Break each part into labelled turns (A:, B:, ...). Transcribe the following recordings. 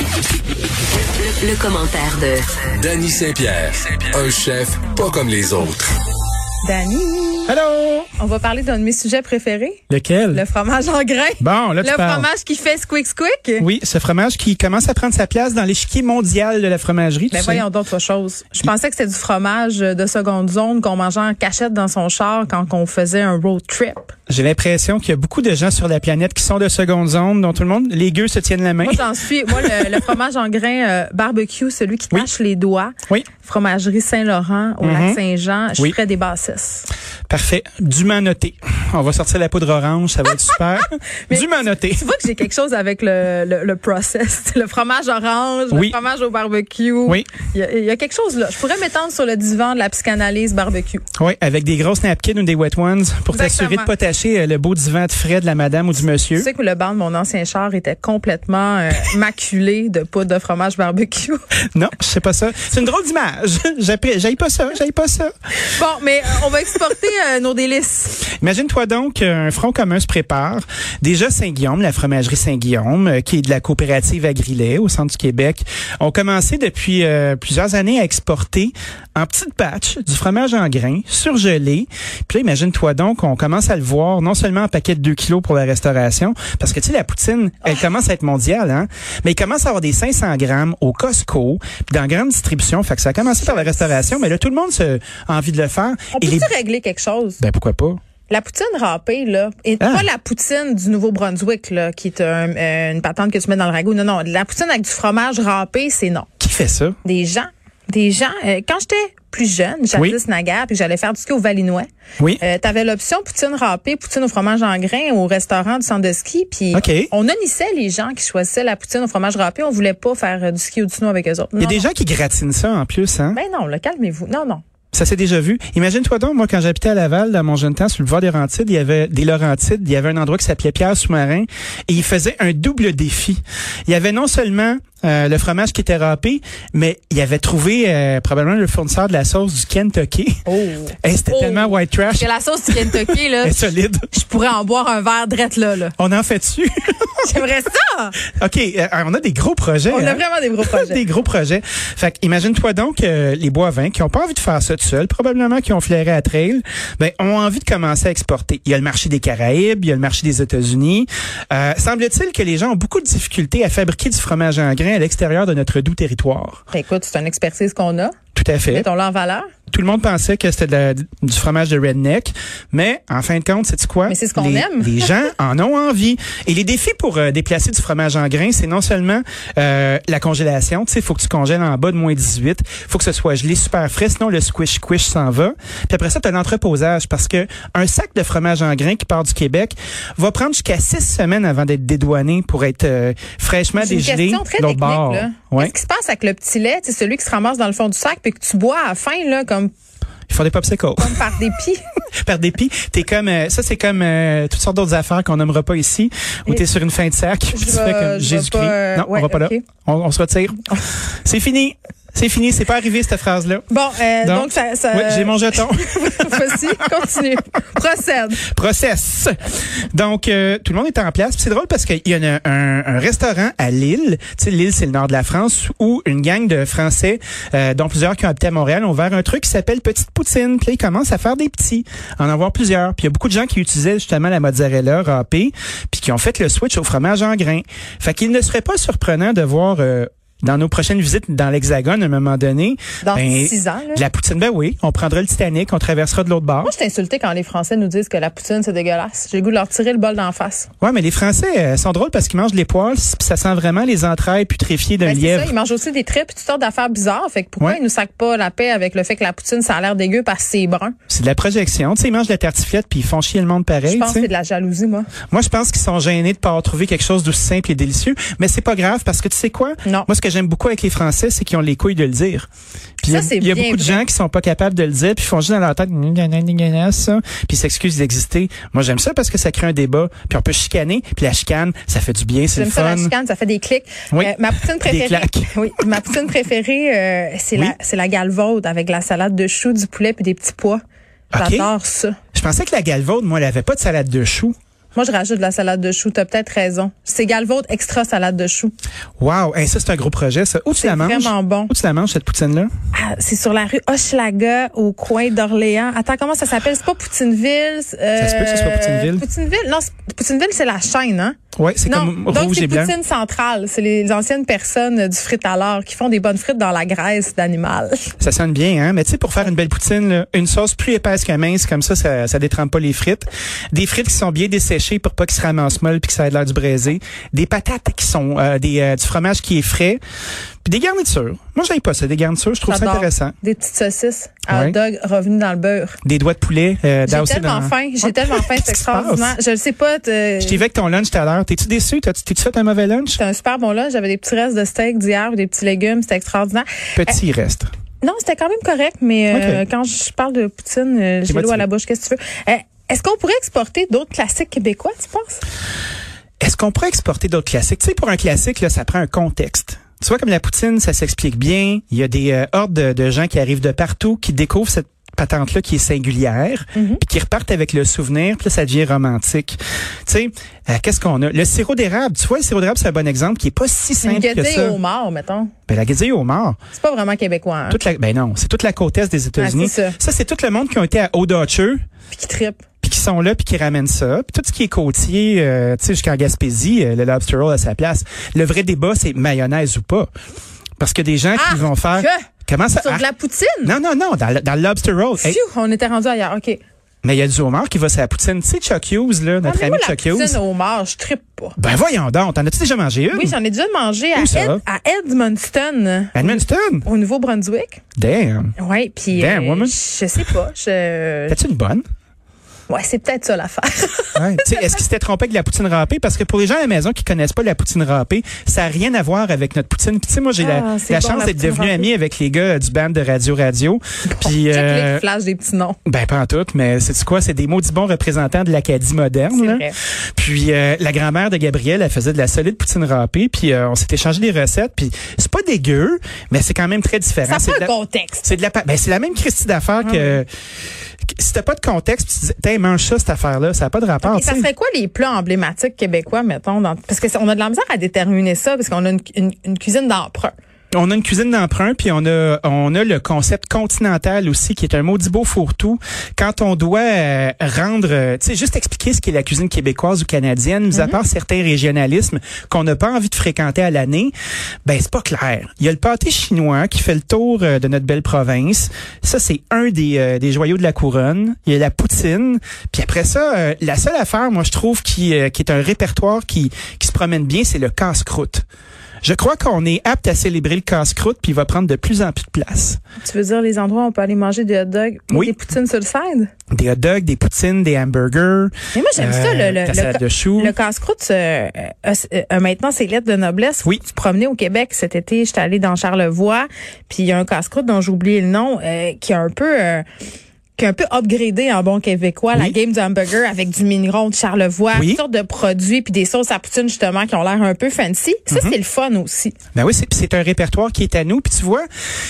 A: Le, le commentaire de
B: Danny Saint-Pierre, un chef pas comme les autres.
C: Dani,
D: Hello!
C: on va parler d'un de mes sujets préférés,
D: Lequel?
C: le fromage en grain.
D: Bon, Ben, là,
C: le
D: tu parles.
C: fromage qui fait squeak squeak.
D: Oui, ce fromage qui commence à prendre sa place dans l'échiquier mondial de la fromagerie.
C: Ben
D: tu sais.
C: voyons d'autres choses. Je pensais que c'était du fromage de seconde zone qu'on mangeait en cachette dans son char quand on faisait un road trip.
D: J'ai l'impression qu'il y a beaucoup de gens sur la planète qui sont de seconde zone, dont tout le monde, les gueux se tiennent la main.
C: Moi, j'en suis. Moi, le, le fromage en grain euh, barbecue, celui qui
D: Oui.
C: tâche les doigts.
D: Oui. Mm-hmm.
C: Fromagerie Saint-Laurent, au lac Saint-Jean. Je
D: Oui.
C: ferais des bassesses.
D: Parfait. Dûment noté. On va sortir la poudre orange, ça va être super. Dûment noté.
C: Tu vois que j'ai quelque chose avec le, le, le process. Le fromage orange, le
D: Oui.
C: fromage au barbecue.
D: Oui.
C: Il y, a, il y a quelque chose là. Je pourrais m'étendre sur le divan de la psychanalyse barbecue.
D: Oui, avec des grosses napkins ou des wet ones pour t'assurer
C: Exactement.
D: de pas tâcher euh, le beau divan de frais de la madame ou du
C: Tu
D: monsieur.
C: sais que le banc de mon ancien char était complètement euh, maculé de poudre de fromage barbecue.
D: Non, je sais pas ça. C'est une drôle d'image. J'appré- J'aille pas ça, j'aille pas ça.
C: bon, mais euh, on va exporter euh, nos délices.
D: Imagine-toi donc qu'un front commun se prépare. Déjà, Saint-Guillaume, la fromagerie Saint-Guillaume, euh, qui est de la coopérative Agrilet au centre du Québec, ont commencé depuis euh, plusieurs années à exporter en petites patches du fromage en grains, surgelé. Puis là, imagine-toi donc, on commence à le voir, non seulement en paquet de 2 kilos pour la restauration, parce que tu sais, la poutine, elle commence à être mondiale, hein, mais il commence à avoir des 500 grammes au Costco, puis dans la grande distribution. Fait que ça a commencé par la restauration, mais là, tout le monde se- a envie de le faire.
C: On peut-tu régler quelque chose?
D: Ben pourquoi pas?
C: La poutine râpée, là, et
D: Ah.
C: pas la poutine du Nouveau-Brunswick, là, qui est un- euh, une patente que tu mets dans le ragoût. Non, non, la poutine avec du fromage râpé, c'est non.
D: Qui fait ça?
C: des gens, des gens. euh, quand j'étais plus jeune, jadis naguère, puis j'allais faire du ski au Valinois.
D: Oui.
C: Euh, T'avais l'option poutine râpée, poutine au fromage en grain au restaurant du centre de ski, puis
D: OK.
C: on honnissait les gens qui choisissaient la poutine au fromage râpé. On voulait pas faire euh, du ski ou du snow avec eux autres.
D: Il y a
C: Non,
D: des
C: non.
D: gens qui gratinent ça en plus, hein?
C: Ben non, là, calmez-vous. Non, non.
D: Ça s'est déjà vu. Imagine-toi donc, moi, quand j'habitais à Laval, dans mon jeune temps, sur le boulevard des Laurentides, il y avait des Laurentides, il y avait un endroit qui s'appelait Pierre Sous-Marin, et il faisait un double défi. Il y avait non seulement euh, le fromage qui était râpé, mais il avait trouvé euh, probablement le fournisseur de la sauce du Kentucky.
C: Oh.
D: Hey, C'était
C: Oh.
D: tellement white trash,
C: Parce que la sauce du Kentucky, là,
D: et solide.
C: je pourrais en boire un verre drette là, là.
D: On en fait dessus.
C: J'aimerais ça!
D: OK, euh, on a des gros projets.
C: On a
D: hein?
C: vraiment des gros projets.
D: des gros projets. Fait que imagine-toi donc euh, les bois vins qui ont pas envie de faire ça tout seul, probablement qui ont flairé à trail, ben ont envie de commencer à exporter. Il y a le marché des Caraïbes, il y a le marché des États-Unis. Euh, semble-t-il que les gens ont beaucoup de difficultés à fabriquer du fromage en grains à l'extérieur de notre doux territoire.
C: Ben, écoute, c'est une expertise qu'on a.
D: Tout à fait.
C: Mettons-la en valeur.
D: Tout le monde pensait que c'était de la- du fromage de redneck, mais en fin de compte, c'est quoi
C: Mais c'est ce qu'on
D: Les-
C: aime.
D: Les gens en ont envie. Et les défis pour euh, déplacer du fromage en grains, c'est non seulement euh, la congélation, tu sais, faut que tu congèles en bas de moins 18, faut que ce soit gelé super frais, sinon le squish squish s'en va. Puis après ça, tu as l'entreposage parce que un sac de fromage en grains qui part du Québec va prendre jusqu'à six semaines avant d'être dédouané pour être euh, fraîchement
C: C'est une
D: dégelé
C: question très
D: de l'autre
C: technique.
D: bord.
C: Là.
D: Ouais.
C: Qu'est-ce qui se passe avec le petit lait, c'est celui qui se ramasse dans le fond du sac puis que tu bois à la fin là comme
D: Ils font des popsicles.
C: par dépit.
D: par dépit. T'es comme euh, ça, c'est comme euh, toutes sortes d'autres affaires qu'on nommera pas ici, où t'es sur une fin de sac, puis
C: Je vais-
D: tu fais
C: je vais
D: comme Jésus-Christ.
C: pas, euh,
D: non,
C: ouais,
D: on va pas
C: ok.
D: là. On, on se retire. c'est fini. C'est fini. C'est pas arrivé cette phrase là.
C: Bon, euh, donc, ça, ça
D: Oui, j'ai mon jeton.
C: Vas-y, continue. Procède.
D: Process. Donc, euh, tout le monde est en place. Puis C'est drôle parce qu'il y a une- un, un restaurant à Lille. Tu sais, Lille, c'est le nord de la France, où une gang de Français, euh, dont plusieurs qui ont habité à Montréal, ont ouvert un truc qui s'appelle Petite Poutine. Puis là, ils commencent à faire des petits, à en avoir plusieurs. Puis il y a beaucoup de gens qui utilisaient justement la mozzarella râpée, puis qui ont fait le switch au fromage en grains. Fait qu'il ne serait pas surprenant de voir... euh, dans nos prochaines visites dans l'Hexagone, à un moment donné,
C: Dans
D: ben,
C: six ans, là.
D: de la poutine, ben oui, on prendra le Titanic, on traversera de l'autre bord.
C: Moi, je suis insultée quand les Français nous disent que la poutine, c'est dégueulasse. J'ai le goût de leur tirer le bol d'en face.
D: Ouais, mais les Français euh, sont drôles parce qu'ils mangent les poils, puis ça sent vraiment les entrailles putréfiées d'un
C: Ben, c'est ça,
D: lièvre.
C: ils mangent aussi des tripes, toutes sortes d'affaires bizarres. Fait que pourquoi
D: Ouais.
C: ils nous sacent pas la paix avec le fait que la poutine, ça a l'air dégueu parce que c'est brun?
D: C'est de la projection, tu sais, ils mangent de la tartiflette puis ils font chier le monde
C: Je
D: pareil.
C: pense que
D: tu sais.
C: c'est de la jalousie, moi.
D: Moi, je pense qu'ils sont gênés de pas avoir trouvé quelque chose d'aussi simple et délicieux, mais c'est pas grave parce que tu sais quoi
C: Non.
D: Moi, ce que j'aime beaucoup avec les Français, c'est qu'ils ont les couilles de le dire. Puis il y a-
C: Ça, c'est
D: il y a
C: bien
D: beaucoup de
C: vrai.
D: gens qui sont pas capables de le dire, puis ils font juste dans leur tête, Gna, gna, gna, gna, gna, ça, puis ils s'excusent d'exister. Moi, j'aime ça parce que ça crée un débat, puis on peut chicaner, puis la chicane, ça fait du bien, c'est le
C: J'aime ça, la
D: fun.
C: chicane, ça fait des clics. Euh,
D: Oui.
C: ma poutine préférée,
D: claques.
C: oui, ma poutine préférée, euh, c'est
D: Oui.
C: la, c'est la galvaude avec la salade de choux, du poulet puis des petits pois.
D: Ok.
C: J'adore ça.
D: Je pensais que la galvaude, moi, elle avait pas de salade de choux.
C: Moi, je rajoute de la salade de choux. T'as peut-être raison. C'est galvaude extra salade de choux.
D: Wow, hey, ça c'est un gros projet ça. Où tu
C: C'est
D: la manges
C: vraiment bon.
D: Où tu la manges cette poutine là
C: Ah, c'est sur la rue Hochelaga, au coin d'Orléans. Attends, comment ça s'appelle? C'est pas Poutineville? c'est, Euh,
D: Ça se peut que ce soit Poutineville.
C: Poutineville? Non, c'est- Poutineville, c'est la chaîne, hein?
D: Ouais, c'est
C: Non,
D: comme
C: donc
D: rouge
C: c'est
D: et blanc.
C: Poutine centrale. C'est les anciennes personnes euh, du frit à l'or qui font des bonnes frites dans la graisse d'animal.
D: Ça sonne bien hein, mais tu sais pour faire une belle poutine là, une sauce plus épaisse que mince comme ça ça ça détrempe pas les frites. Des frites qui sont bien desséchées pour pas qu'ils se ramassent molles puis que ça ait de l'air du braisé. Des patates qui sont euh, des euh, du fromage qui est frais. Puis des garnitures. Moi j'aime pas ça des garnitures, je trouve ça
C: J'adore.
D: intéressant.
C: Des petites saucisses à
D: Ouais.
C: hot dog revenues dans le beurre.
D: Des doigts de poulet euh,
C: J'ai
D: aussi
C: tellement
D: dans- Ah,
C: faim, j'ai tellement faim, c'est
D: Qu'est-ce qui se passe?
C: extraordinaire. Je le sais pas, t'es
D: Je t'ai vu avec ton lunch tout à l'heure. T'es-tu déçu? T'as-tu t'es-tu fait un mauvais lunch?
C: t'as un super bon lunch, j'avais des petits restes de steak d'hier, des petits légumes, c'était extraordinaire.
D: Petit reste.
C: Non, c'était quand même correct, mais euh,
D: Ok.
C: quand je parle de poutine, euh, j'ai l'eau
D: motivé.
C: à la bouche, qu'est-ce que tu veux? Euh, Est-ce qu'on pourrait exporter d'autres classiques québécois, tu penses?
D: Est-ce qu'on pourrait exporter d'autres classiques? Tu sais, pour un classique, là, ça prend un contexte. Tu vois, comme la poutine, ça s'explique bien. Il y a des euh, hordes de, de gens qui arrivent de partout, qui découvrent cette patente-là qui est singulière,
C: Mhm.
D: puis qui repartent avec le souvenir, puis là, ça devient romantique. Tu sais, euh, qu'est-ce qu'on a? Le sirop d'érable, tu vois, le sirop d'érable, c'est un bon exemple qui est pas si
C: Une
D: simple que
C: guédille
D: ça.
C: au mort, mettons.
D: Ben, la guédille au mort,
C: C'est pas vraiment québécois, hein?
D: toute la, ben non, c'est toute la côte est des États-Unis.
C: Ah, c'est ça.
D: c'est tout le monde qui ont été à Haut-Dotcheux,
C: Puis qui tripe.
D: puis qui sont là puis qui ramènent ça puis tout ce qui est côtier euh, tu sais jusqu'en Gaspésie euh, le lobster roll à sa place le vrai débat c'est mayonnaise ou pas parce que des gens
C: Ah,
D: qui vont faire
C: que?
D: comment ça
C: Sur de
D: ah,
C: la poutine?
D: non non non dans, le- dans le lobster roll Hey,
C: Phew, on était rendu ailleurs, OK. Ah,
D: mais il y a du homard qui va sur la poutine tu sais Chuck Hughes là notre ami
C: Ramenez-moi Ah, la
D: Chuck Hughes
C: poutine au mort, je tripe pas.
D: ben voyons donc t'en as-tu déjà mangé une
C: Oui, j'en ai déjà mangé à,
D: Où ça?
C: Ed- à Edmonton,
D: Edmundston
C: au Nouveau-Brunswick.
D: damn
C: Oui, puis euh,
D: Damn, woman.
C: je sais pas. Je...
D: t'as-tu une bonne
C: Ouais, c'est peut-être ça l'affaire.
D: Ouais. Tu sais, Est-ce qu'il s'était trompé avec la poutine râpée? Parce que pour les gens à la maison qui connaissent pas la poutine râpée, ça n'a rien à voir avec notre poutine. Puis tu sais, moi, j'ai la,
C: Ah, c'est
D: la
C: bon,
D: chance
C: la
D: d'être
C: poutine
D: devenu
C: râpée.
D: ami avec les gars euh, du band de Radio Radio. Puis,
C: Check
D: euh,
C: les flashs des petits noms.
D: ben pas en tout, mais c'est quoi? C'est des maudits bons représentants de l'Acadie moderne.
C: C'est
D: là.
C: vrai.
D: Puis euh, la grand-mère de Gabrielle, elle faisait de la solide poutine râpée. Puis euh, on s'est échangé des recettes. Puis c'est pas dégueu, mais c'est quand même très différent.
C: Ça Ah
D: C'est
C: prend
D: de
C: un
D: la-
C: contexte.
D: c'est de la pa- ben, c'est la même Christie d'affaires que, que- si t'as pas de contexte, puis tu dis, Tiens, mange ça cette affaire-là, ça n'a pas de rapport.
C: Et ça
D: tu sais.
C: serait quoi les plats emblématiques québécois, mettons? Dans... Parce que ça- on a de la misère à déterminer ça, parce qu'on a une, une- une cuisine d'emprunt.
D: On a une cuisine d'emprunt, puis on a on a le concept continental aussi, qui est un maudit beau fourre-tout. Quand on doit euh, rendre, euh, tu sais, juste expliquer ce qu'est la cuisine québécoise ou canadienne, mis à part certains régionalismes qu'on n'a pas envie de fréquenter à l'année, ben c'est pas clair. Il y a le pâté chinois qui fait le tour euh, de notre belle province. Ça, c'est un des, euh, des joyaux de la couronne. Il y a la poutine. Puis après ça, euh, la seule affaire, moi, je trouve, qui, euh, qui est un répertoire qui, qui se promène bien, c'est le casse-croûte. Je crois qu'on est apte à célébrer le casse-croûte, puis il va prendre de plus en plus de place.
C: Tu veux dire les endroits où on peut aller manger des hot dogs et
D: Oui.
C: des poutines sur le side?
D: Des hot dogs, des poutines, des hamburgers.
C: Mais moi, j'aime ça, le,
D: euh,
C: le,
D: la
C: le
D: salade
C: ca-
D: de choux.
C: le casse-croûte, euh, euh, euh, euh, maintenant, c'est lettre de noblesse.
D: Oui.
C: Tu promenais au Québec cet été, j'étais allée dans Charlevoix, puis il y a un casse-croûte dont j'ai oublié le nom, euh, qui est un peu... euh, qui est un peu upgradé en bon québécois, la
D: Oui.
C: game du hamburger avec du mignon de Charlevoix,
D: Oui.
C: toutes sortes de produits puis des sauces à poutine justement qui ont l'air un peu fancy. Ça
D: Mm-hmm.
C: c'est le fun aussi.
D: Ben oui, c'est puis c'est un répertoire qui est à nous. Puis tu vois,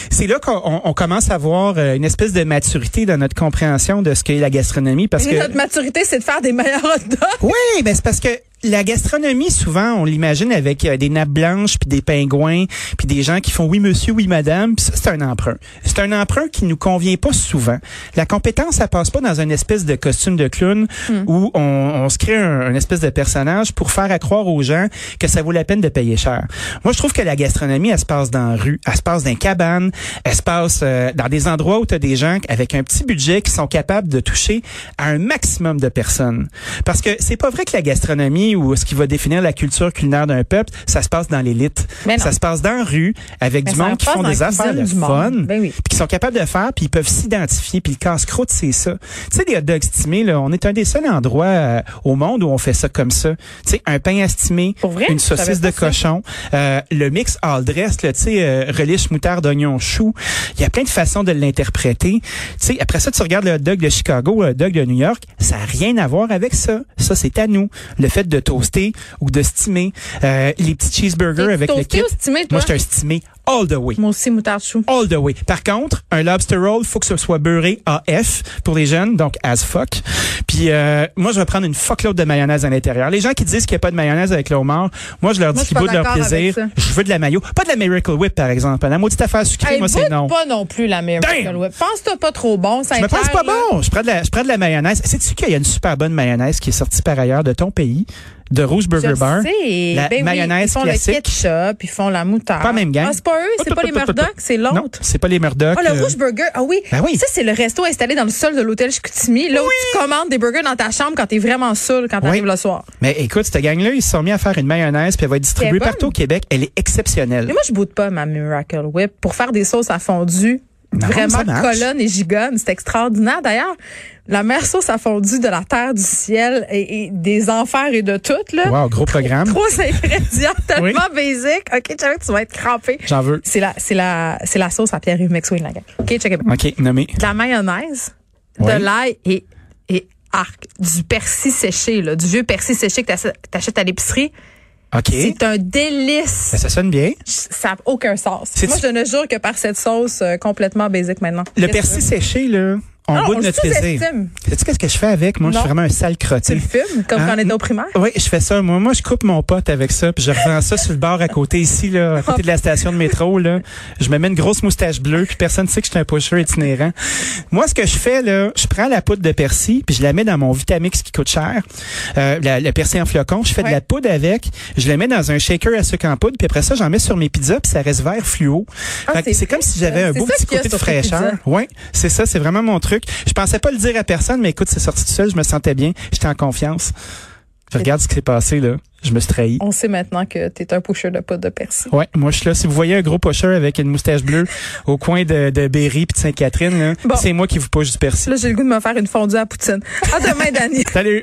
D: c'est là qu'on on- on commence à avoir euh, une espèce de maturité dans notre compréhension de ce qu'est la gastronomie. Parce
C: Et
D: que
C: notre maturité c'est de faire des meilleurs hot dogs.
D: Oui, ben c'est parce que la gastronomie, souvent, on l'imagine avec euh, des nappes blanches, puis des pingouins, puis des gens qui font oui monsieur, oui madame, puis ça, c'est un emprunt. C'est un emprunt qui nous convient pas souvent. La compétence, ça passe pas dans une espèce de costume de clown où on, on se crée un, un espèce de personnage pour faire à croire aux gens que ça vaut la peine de payer cher. Moi, je trouve que la gastronomie, elle se passe dans la rue, elle se passe dans les cabanes, elle se passe euh, dans des endroits où tu as des gens avec un petit budget qui sont capables de toucher à un maximum de personnes. Parce que c'est pas vrai que la gastronomie ou ce qui va définir la culture culinaire d'un peuple, ça se passe dans l'élite.
C: Mais non.
D: Ça se passe dans la rue avec
C: Mais
D: du
C: ça
D: monde qui
C: passe
D: font
C: dans
D: des
C: la
D: affaires
C: cuisine
D: de
C: du monde.
D: fun,
C: Ben oui.
D: puis qui sont capables de faire, puis ils peuvent s'identifier, puis le casse-croûte, c'est ça. Tu sais, les hot dogs estimés, là, on est un des seuls endroits euh, au monde où on fait ça comme ça. Tu sais, un pain estimé,
C: Pour vrai?
D: une
C: Je savais
D: saucisse de
C: pas ça.
D: cochon, euh, le mix all dress, là, tu sais, euh, relish, moutarde, oignon, chou. Il y a plein de façons de l'interpréter. Tu sais, après ça, tu regardes le hot dog de Chicago, le hot dog de New York, ça n'a rien à voir avec ça. Ça, c'est à nous. Le fait de toaster ou de steamer, euh, les petits cheeseburgers
C: T'es
D: avec le
C: toasté
D: kit.
C: ou stimé, toi?
D: Moi, je suis un stimé all the way.
C: Moi aussi, moutarde chou.
D: All the way. Par contre, un lobster roll, faut que ce soit beurré AF pour les jeunes, donc as fuck. Puis euh, moi, je vais prendre une fuckload de mayonnaise à l'intérieur. Les gens qui disent qu'il n'y a pas de mayonnaise avec le homard, moi, je leur
C: Moi,
D: dis
C: je suis
D: qu'ils
C: pas
D: boudent leur
C: d'accord avec
D: plaisir.
C: ça.
D: Je veux de la mayo. Pas de la Miracle Whip, par exemple. La maudite affaire sucrée,
C: Hey,
D: moi, c'est
C: boude
D: non.
C: pas non plus la meilleure.
D: Damn!
C: Web. Pense-toi pas trop bon.
D: Je me pense pas
C: Saint-Clair, là.
D: bon. Je prends de la, je prends de la mayonnaise. Sais-tu qu'il y a une super bonne mayonnaise qui est sortie par ailleurs de ton pays, de Rouge Burger
C: Je
D: Bar?
C: sais.
D: La
C: Ben oui,
D: mayonnaise
C: ils font le
D: classique.
C: ketchup, ils font la moutarde.
D: Pas même gang.
C: Ah, c'est pas eux, c'est pas les Murdoch, c'est
D: Non,
C: l'autre.
D: c'est pas les Murdoch.
C: Ah, le
D: euh,
C: Rouge Burger. Ah oui.
D: Ben oui.
C: Ça, c'est le resto installé dans le sol de l'hôtel Chicoutimi. Là où tu commandes des burgers dans ta chambre quand t'es vraiment saoul, quand t'arrives
D: Oui.
C: le soir.
D: Mais écoute, cette gang-là, ils se sont mis à faire une mayonnaise, puis elle va être distribuée
C: Elle est bonne.
D: partout au Québec. Elle est exceptionnelle.
C: Mais moi, je boude pas ma Miracle Whip pour faire des sauces à fondue.
D: Non,
C: Vraiment
D: ça marche.
C: colonne et gigonne. C'est extraordinaire. D'ailleurs, la meilleure sauce à fondue de la terre, du ciel et, et des enfers et de tout, là.
D: Wow, gros programme.
C: Trois ingrédients tellement basic. OK, Charlie, tu vas être crampé.
D: J'en veux.
C: C'est la, c'est la, c'est la sauce à Pierre-Yves Maxwell, la gang. OK, check it.
D: OK, nommé.
C: De la mayonnaise,
D: Ouais.
C: de l'ail et, et arc. Du persil séché, là. Du vieux persil séché que t'ach- t'achètes à l'épicerie.
D: OK.
C: C'est un délice.
D: Ben, ça sonne bien.
C: Ça n'a aucun sens.
D: C'est-
C: Moi, je ne jure que par cette sauce euh, complètement basique maintenant.
D: Le
C: Qu'est-ce
D: persil
C: que
D: séché, là, on
C: Ah,
D: goûte
C: on le
D: notre plaisir.
C: sous-estime.
D: Sais-tu qu'est-ce que je fais avec? Moi, je
C: Non.
D: suis vraiment un sale
C: Tu
D: crotté.
C: veux? Tu le fumes, comme
D: Hein?
C: quand on était au primaire?
D: Oui, je fais ça. Moi, moi, je coupe mon pote avec ça, puis je revends ça sur le bar à côté ici, là, à côté de la station de métro. Là. Je me mets une grosse moustache bleue, puis personne ne sait que je suis un pusher itinérant. Moi, ce que je fais, là, je prends la poudre de persil, puis je la mets dans mon Vitamix qui coûte cher, euh, la- le persil en flocon. Je fais
C: Ouais.
D: de la poudre avec, je la mets dans un shaker à sucre en poudre, puis après ça, j'en mets sur mes pizzas, puis ça reste vert fluo.
C: Ah,
D: Fait que
C: c'est
D: c'est comme
C: vrai,
D: si j'avais
C: ça.
D: un
C: C'est
D: beau
C: ça
D: petit
C: qu'il y a
D: côté de
C: sur tes
D: fraîcheur.
C: pizzas.
D: Oui, c'est ça, c'est vraiment mon truc. Je pensais pas le dire à personne, mais écoute, c'est sorti tout seul, je me sentais bien, j'étais en confiance. Je regarde ce qui s'est passé, là. Je me suis trahi.
C: On sait maintenant que tu es un pusher de poudre de persil.
D: Ouais, moi, je suis là. Si vous voyez un gros pocheur avec une moustache bleue au coin de, de Berry puis de Sainte-Catherine, là,
C: Bon.
D: c'est moi qui vous poche du persil.
C: Là, j'ai le goût de me faire une fondue à poutine. À demain, Dani.
D: Salut!